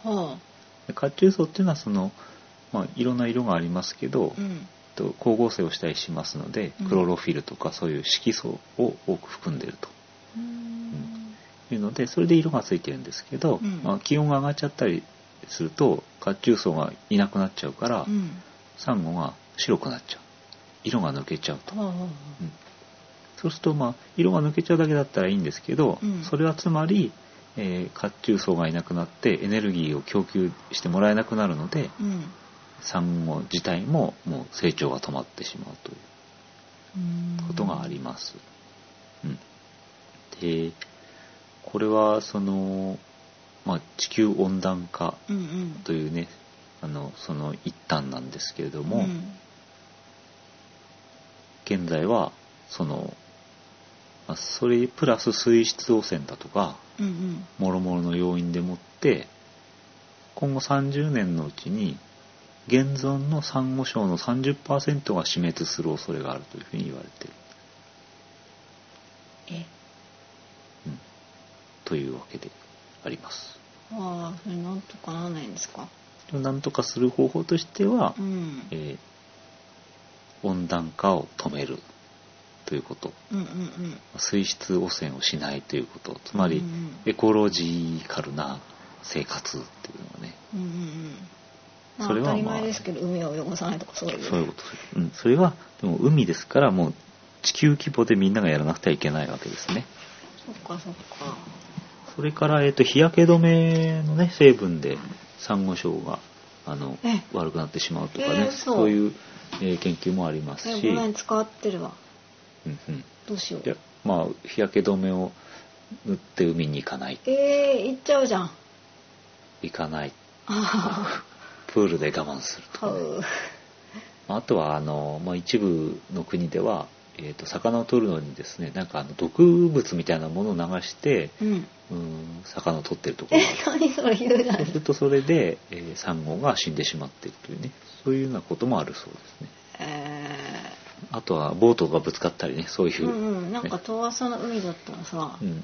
B: は
A: で褐虫層っていうのはその、まあ、いろんな色がありますけど、
B: あうん
A: えっと光合成をしたりしますので
B: うん
A: クロロフィルとかそういう色素を多く含んでると
B: うーん
A: いうのでそれで色がついてるんですけど、
B: うん
A: まあ、気温が上がっちゃったりすると褐虫層がいなくなっちゃうから、
B: うん
A: サンゴが白くなっちゃう色が抜けちゃうと、
B: はあはあは
A: うんそうするとまあ色が抜けちゃうだけだったらいいんですけど、
B: うん
A: それはつまり、えー、褐虫層がいなくなってエネルギーを供給してもらえなくなるので
B: あうん
A: サンゴ自体ももう成長が止まってしまうという
B: うーん
A: ことがあります。うん、でこれはその、まあ、地球温暖化
B: うんうん
A: というねあのその一端なんですけれども、
B: うん
A: 現在はその、まあ、それプラス水質汚染だとか
B: うんうん
A: もろもろの要因でもって今後30年のうちに現存のサンゴ礁の30%が死滅する恐れがあるというふうに言われている
B: え
A: というわけであります。
B: ああそれなんとかならないんですか
A: なんとかする方法としては、
B: うん
A: えー温暖化を止めるということ
B: うんうんうん
A: 水質汚染をしないということつまり、
B: うんうん
A: エコロジカルな生活っていうのはね、
B: うんうんうんまあ
A: それ
B: 当
A: はまあ
B: たり前ですけど海を汚さないとかそういう
A: そういうこと、うん、それはでも海ですからもう地球規模でみんながやらなくてはいけないわけですね
B: そっかそっか
A: それから、えー、と日焼け止めの、ね、成分でサンゴ礁があの
B: え
A: 悪くなってしまうとかね、
B: えーそう
A: そういう、えー研究もあります
B: え
A: し、
B: ごめ
A: うん
B: ん使ってるわ
A: うん、
B: どうしよ
A: いや
B: う
A: まあ日焼け止めを塗って海に行かない
B: えー、行っちゃうじゃんあ
A: 行かない
B: あ
A: プールで我慢するとか、
B: 買
A: ね
B: う
A: あとはあの、まあ、一部の国では、えー、と魚を取るのにですねなんかあの毒物みたいなものを流して
B: うん
A: うん魚を取ってるとこ
B: え
A: ろがある
B: 何それひどいじゃな
A: そう
B: い
A: するとそれで、えーサンゴが死んでしまっているというねそういうようなこともあるそうですね
B: え
A: あとはボートがぶつかったりねそうい
B: ー、
A: う、
B: うんうんなんか
A: ね
B: 遠浅の海だったらさ、
A: うん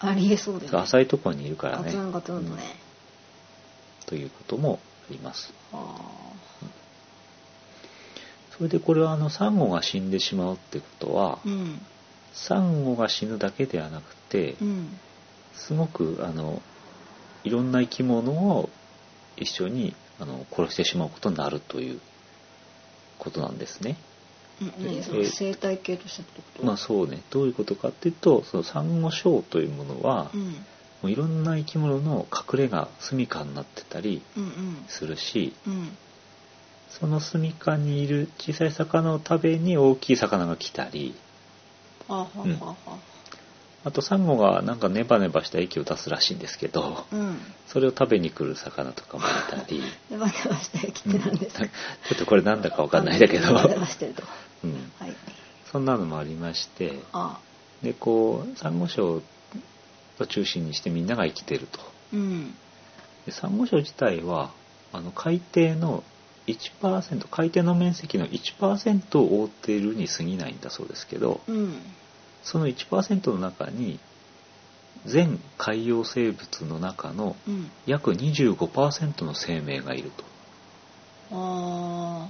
B: ありえそうだよね
A: 浅いところにいるから
B: ガ
A: ね
B: ツンガツンとね、
A: ということもあります
B: あ
A: それでこれはあのサンゴが死んでしまうってことは、
B: あうん
A: サンゴが死ぬだけではなくて、
B: うん
A: すごくあのいろんな生き物を一緒にあの殺してしまうことになるということなんですね。
B: うん何そ
A: え
B: の
A: ー
B: 生態系としてってこと
A: まあそうねどういうことかっていうとそのサンゴ礁というものは、
B: うん
A: も
B: うん
A: ういろんな生き物の隠れが住処になってたり
B: うん
A: するし
B: うん
A: その住処にいる小さい魚を食べに大きい魚が来たり
B: はあはあはあは
A: あとサンゴがなんかネバネバした液を出すらしいんですけど
B: あうん
A: それを食べに来る魚とかもいた り。
B: ネバネバした液っ
A: うん
B: て
A: ちょ
B: 何ですか
A: っとこれなんだかわかんないんだ けど
B: ネ、バネバしてると
A: うん、
B: はい
A: そんなのもありまして
B: あ
A: でこうサンゴ礁を中心にしてみんなが生きてると
B: うん
A: でサンゴ礁自体はあの海底の1%海底の面積の1%を覆っているに過ぎないんだそうですけど
B: うん
A: その1%の中に全海洋生物の中の
B: うん
A: 約25%の生命がいると
B: ああ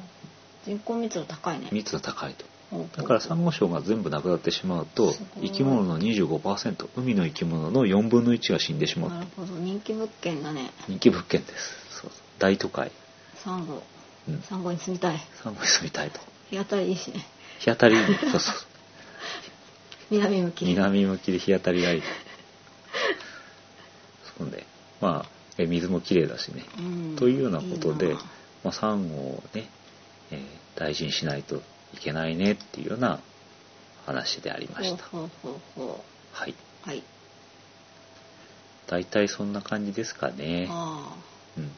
B: 人口密度高いね
A: 密度高いと
B: ほうほう
A: だからサンゴ礁が全部なくなってしまうと
B: すごい
A: 生き物の25%海の生き物の4分の1が死んでしま
B: な
A: う
B: るほど人気物件だね
A: 人気物件ですそう大都会、
B: サンゴ
A: うん、
B: サンゴに住みたい
A: サンゴに住みたいと
B: 日当たりいいしね
A: 日当 たりそうそう
B: 南向き
A: 南向きで日当たりがいいそんでまあえ水もきれいだしね
B: うん
A: というようなことで
B: いいな
A: まあ、サンゴをね、えー大事にしないといけないねっていうような話でありました
B: ほうほうほうほ
A: はいう
B: はい
A: 大体そんな感じですかね
B: あ
A: うん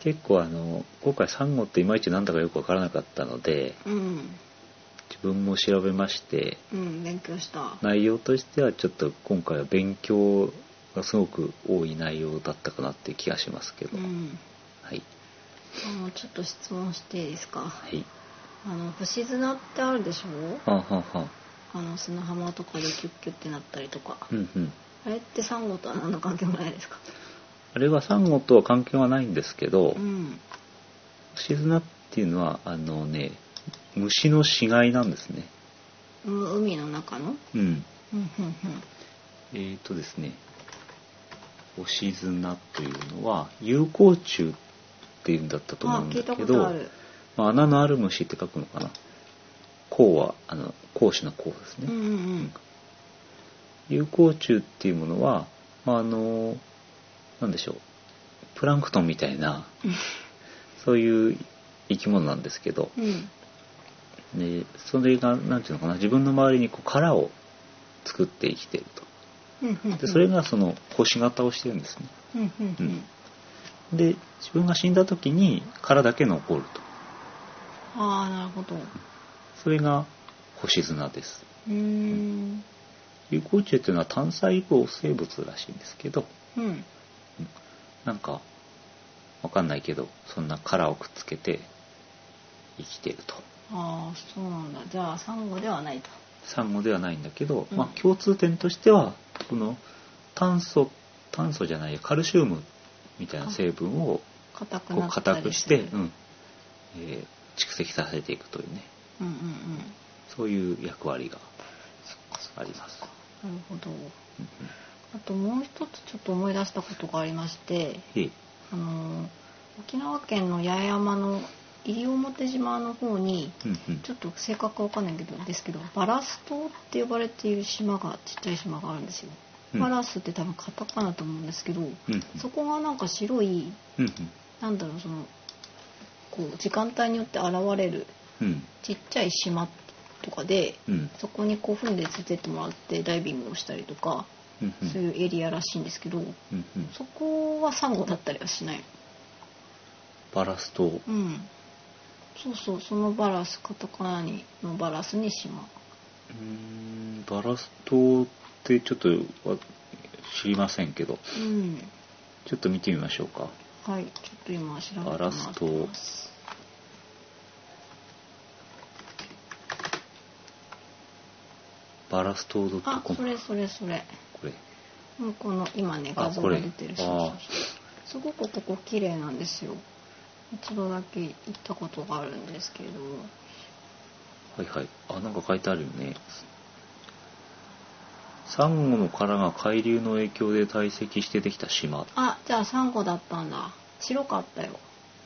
A: 結構あの今回サンゴっていまいちなんだかよく分からなかったので
B: あうん
A: 自分も調べまして
B: うん勉強した
A: 内容としてはちょっと今回は勉強がすごく多い内容だったかなっていう気がしますけど、
B: うん
A: はい
B: あのちょっと質問していいですか
A: はい
B: あの星砂ってあるでしょ
A: はんはんはん
B: あの砂浜とかでキュッキュッってなったりとか、
A: うんうん。
B: あれってサンゴとは何の関係もないですか
A: あれはサンゴとは関係はないんですけど、
B: うん
A: シズナっていうのは、あのね、虫の死骸なんですね。
B: う海の中の
A: うん。
B: うんうん
A: えー、とですね、オシズナというのは、有効虫っていうんだった
B: う
A: と
B: ん
A: 思
B: あ
A: うん
B: 聞い
A: だ
B: た
A: け
B: こと
A: ど
B: あ、る
A: まあ、穴のある虫って書くのかな。孔は、あの、孔子の孔です
B: うんう
A: ね。
B: んうん
A: 有効虫っていうものは、まあ、あの、なんでしょう、プランクトンみたいな、そういう生き物なんですけど、
B: うん
A: でそれがなんていうのかな自分の周りにこう殻を作って生きてる
B: うんうんうん
A: とでそれがその星型をしてるんですね
B: うんうんう
A: うんんで自分が死んだ時に殻だけ残ると
B: ああなるほどう
A: それが星砂です
B: ーん
A: 有効虫っていうのは単細胞生物らしいんですけど
B: うん
A: なんかわかんないけどそんな殻をくっつけて生きてると
B: ああそうなんだじゃあサンゴではないと
A: サンゴではないんだけど、
B: うん
A: まあ、共通点としてはこの炭素炭素じゃないやカルシウムみたいな成分を
B: 硬く
A: こ
B: な
A: う
B: った
A: 固
B: り
A: く
B: す
A: し
B: る
A: て、うんえー蓄積させていくというね
B: うんうんうん
A: そういう役割があります。
B: なるほど
A: うん
B: あともう一つちょっと思い出したことがありまして
A: うんええ
B: あのー沖縄県の八重山の西表島の方に
A: うんうん
B: ちょっと正確わかんないけどですけどバラス島って呼ばれている島がちっちゃい島があるんですよ、
A: うん
B: バラスって多分カタカナと思うんですけど、
A: うんうん
B: そこがなんか白い
A: うん
B: なんだろうそのこう時間帯によって現れる
A: うん
B: ちっちゃい島とかで
A: うん
B: そこにこう船で連れてってもらってダイビングをしたりとか、
A: うんうん
B: そういうエリアらしいんですけど、
A: うんうん
B: そこはサンゴだったりはしない
A: バラスト
B: うんそうそうそのバラスカタカナにのバラスに島
A: うーんバラストってちょっとわ知りませんけど
B: うん
A: ちょっと見てみましょうか。
B: はいちょっと今調べてもらって
A: バ
B: ま
A: ラ
B: す
A: バラストドット
B: あ
A: コム
B: それそれそれ
A: これ
B: もうこの今ね
A: あ
B: 画像
A: こ
B: が
A: れ
B: 出てる
A: あー
B: そうそうそうすごくここ綺麗なんですよ一度だけ行ったことがあるんですけれども
A: はいはいあなんか書いてあるよねサンゴの殻が海流の影響で堆積してできた島
B: あじゃあサンゴだったんだ白かったよ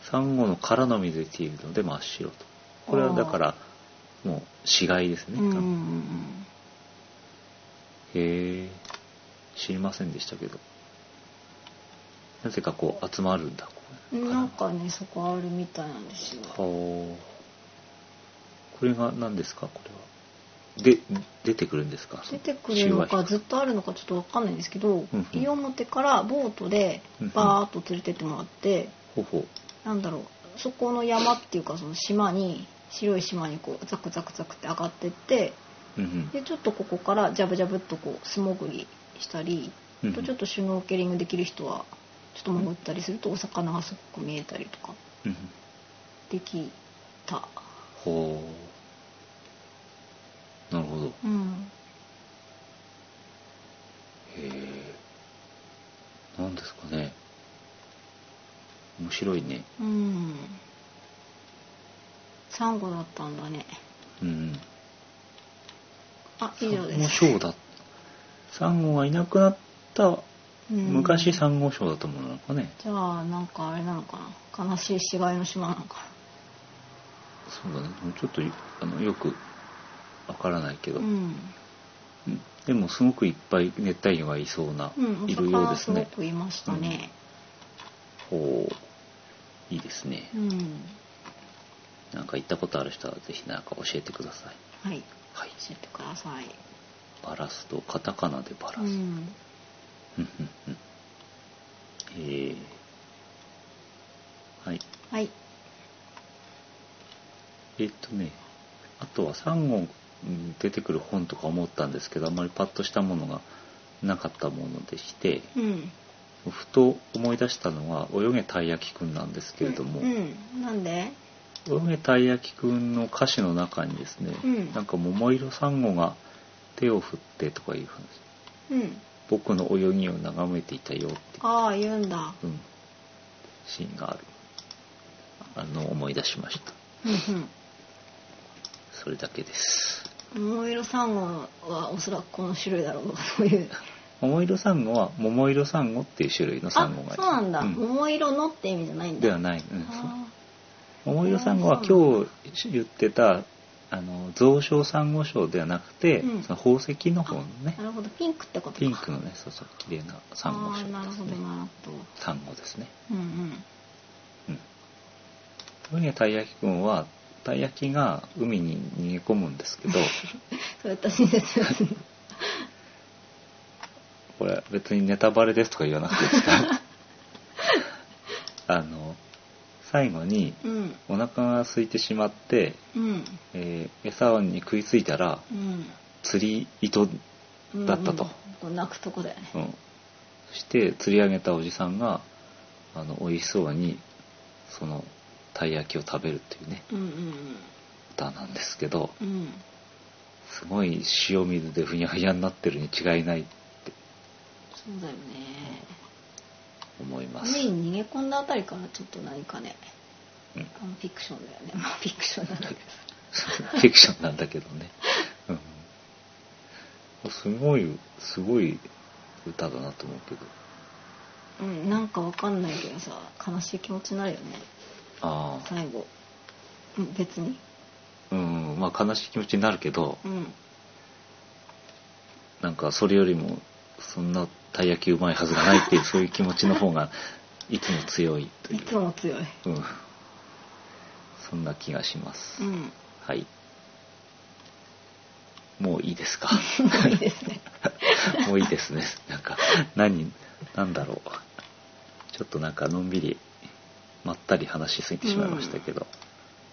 A: サンゴの殻のみ出ているので真っ白とこれはだからもう死骸ですね、
B: うんうんう
A: へ
B: ん
A: え知りませんでしたけどなぜかこう集まるんだこう殻
B: なんかねそこあるみたいなんですよ
A: ほうこれが何ですかこれはで出てくるんですか
B: 出てくるの
A: そ
B: かずっとあるのかちょっとわかんないんですけど
A: うん
B: 西表からボートで
A: うんうん
B: バーッと連れてってもらって
A: ほうほう
B: なんだろうそこの山っていうかその島に白い島にこうザクザクザクって上がってって
A: うん
B: でちょっとここからジャブジャブっとこう素潜りしたり
A: うん
B: あとちょっとシュノーケリングできる人はちょっと潜ったりするとお魚がすごく見えたりとか
A: うんうん
B: できた。
A: ほうなるほどへ
B: うん
A: え何ですかね面白いね
B: うんサンゴだったんだね
A: うん
B: あ以上で
A: もう
B: す
A: ショーだサンゴがいなくなった
B: うん
A: 昔サンゴ礁だと思うのかね、
B: じゃあなんかあれなのかな悲しい死骸の島なのか
A: そうだねもうちょっとあのよくわからないけ
B: な
A: ど、
B: うん、
A: うんでもすごくいっぱい熱帯魚がいそうな、
B: うん、お
A: いるよう
B: 魚
A: ですす
B: ご
A: ね
B: くいましたね
A: ほういいですね
B: うん、
A: なんか行ったことある人はぜひなんか教えてください
B: はい
A: はい
B: 教えてください
A: バラスとカタカナでバラス、
B: う
A: うんうん
B: ん
A: うんえーはい
B: はい
A: えっとねあとはサンゴうん出てくる本とか思ったんですけどあんまりパッとしたものがなかったものでして
B: うん
A: ふと思い出したのは「泳げたい焼きくん」なんですけれども、
B: うん、うんなんで
A: 梅たいやきくんの歌詞の中にですね、
B: うん
A: なんか桃色サンゴが手を振ってとかいう話
B: うん。
A: 僕の泳ぎを眺めていたよって、
B: ああ、言うんだ。
A: うん、シーンがあるあの思い出しました
B: うん
A: それだけです
B: うん。桃色サンゴはおそらくこの種類だろうとかそういう。
A: 桃色サンゴは桃色サンゴっていう種類のサ
B: あ
A: ンゴが、いる
B: そうなんだ。
A: う
B: 桃色のって意味じゃないんだ。
A: ではない、うん、そう
B: あ
A: 桃色サンゴは今日言ってたあの増床サンゴ礁ではなくて、
B: うん
A: その宝石の方の
B: あ
A: ね
B: なるほど。ピンクってことか。
A: ピンクのねそうそう綺麗なサンゴ
B: あ
A: 礁
B: あなる
A: です
B: ほど、
A: ね
B: なるほど。
A: サンゴですね
B: うんうん。
A: うん海のたい焼き君はたい焼きが海に逃げ込むんですけ ど
B: それ私ですよね。
A: これ別にネタバレですとか言わなくていいですかあの最後に
B: うん。
A: お腹が空いてしまって、
B: うん。
A: えー餌に食いついたら
B: うん。
A: 釣り糸だったと
B: うんうんこう泣くとこだよね。
A: うん、そして釣り上げたおじさんがあの美味しそうにそのたい焼きを食べるっていうね
B: うん
A: 歌なんですけど
B: うんうん。うん。
A: すごい塩水でふにゃふにゃになってるに違いないって
B: そうだよね。
A: 思います、
B: 海に逃げ込んだあたりからちょっと何かね、
A: うん、
B: あのフィクションだよね。まあフィクションなんだけど。
A: フィクションなんだけどね、うん、すごいすごい歌だなと思うけど
B: うん、なんかわかんないけどさ、悲しい気持ちになるよね。
A: ああ
B: 最後。うん、別に。
A: うんまあ悲しい気持ちになるけど
B: うん。
A: なんかそれよりもそんなたい焼きうまいはずがない っていうそういう気持ちの方がいつも強いとい、
B: いうつも強い。
A: うん、そんな気がします、
B: うん。
A: はいもういいです か
B: いいですね。
A: もういいですねなんか何なんだろうちょっとなんかのんびりまったり話しすぎてしまいましたけど、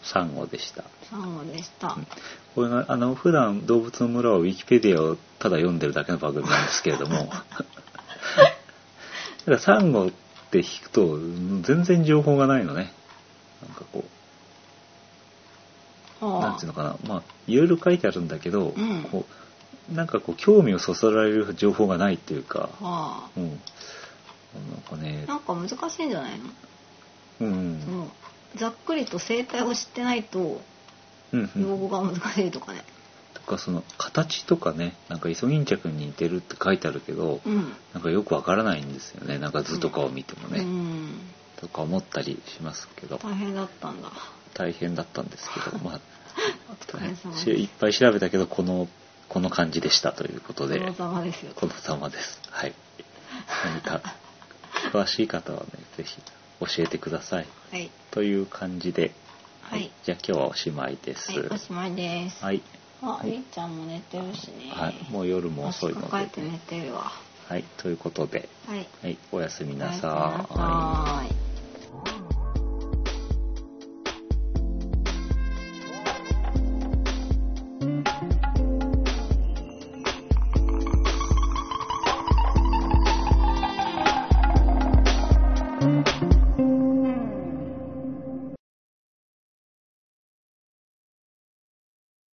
A: サンゴでした
B: サンゴでした。
A: これがあの普段動物の村はウィキペディアをただ読んでるだけの番組なんですけれど もただサンゴって引くと全然情報がないのねなんかこうなん
B: は
A: ていうのかなまあいろいろ書いてあるんだけど、
B: うん
A: こうなんかこう興味をそそられる情報がないっていうか
B: あ。、は
A: うん、なんかね
B: あ。なんか難しいんじゃないの
A: うん
B: そのざっくりと生態を知ってないと
A: うんう
B: 用語
A: ん
B: が難しいとかね。
A: とかその形とかねなんかイソギンチャクに似てるって書いてあるけど、
B: うん。
A: なんかよくわからないんですよねなんか図とかを見てもね、
B: うん。
A: とか思ったりしますけど
B: 大変だったんだ。
A: 大変だったんです けどまあ
B: お疲れ様です
A: しいっぱい調べたけどこのこの感じでしたということで
B: おざまですよ。
A: この様ですはい何か詳しい方はね是非教えてください
B: はい。
A: という感じで、
B: はい。
A: じゃあ今日はおしまいです
B: はい、おしまいです。
A: はい、
B: あ、
A: はい
B: りっちゃんも寝てるしね。
A: はい、もう夜も遅いの
B: 足抱え
A: で
B: て寝てるわ。
A: はいということで
B: はい。
A: はいおやすみな
B: おやすみな
A: さーい
B: さーい。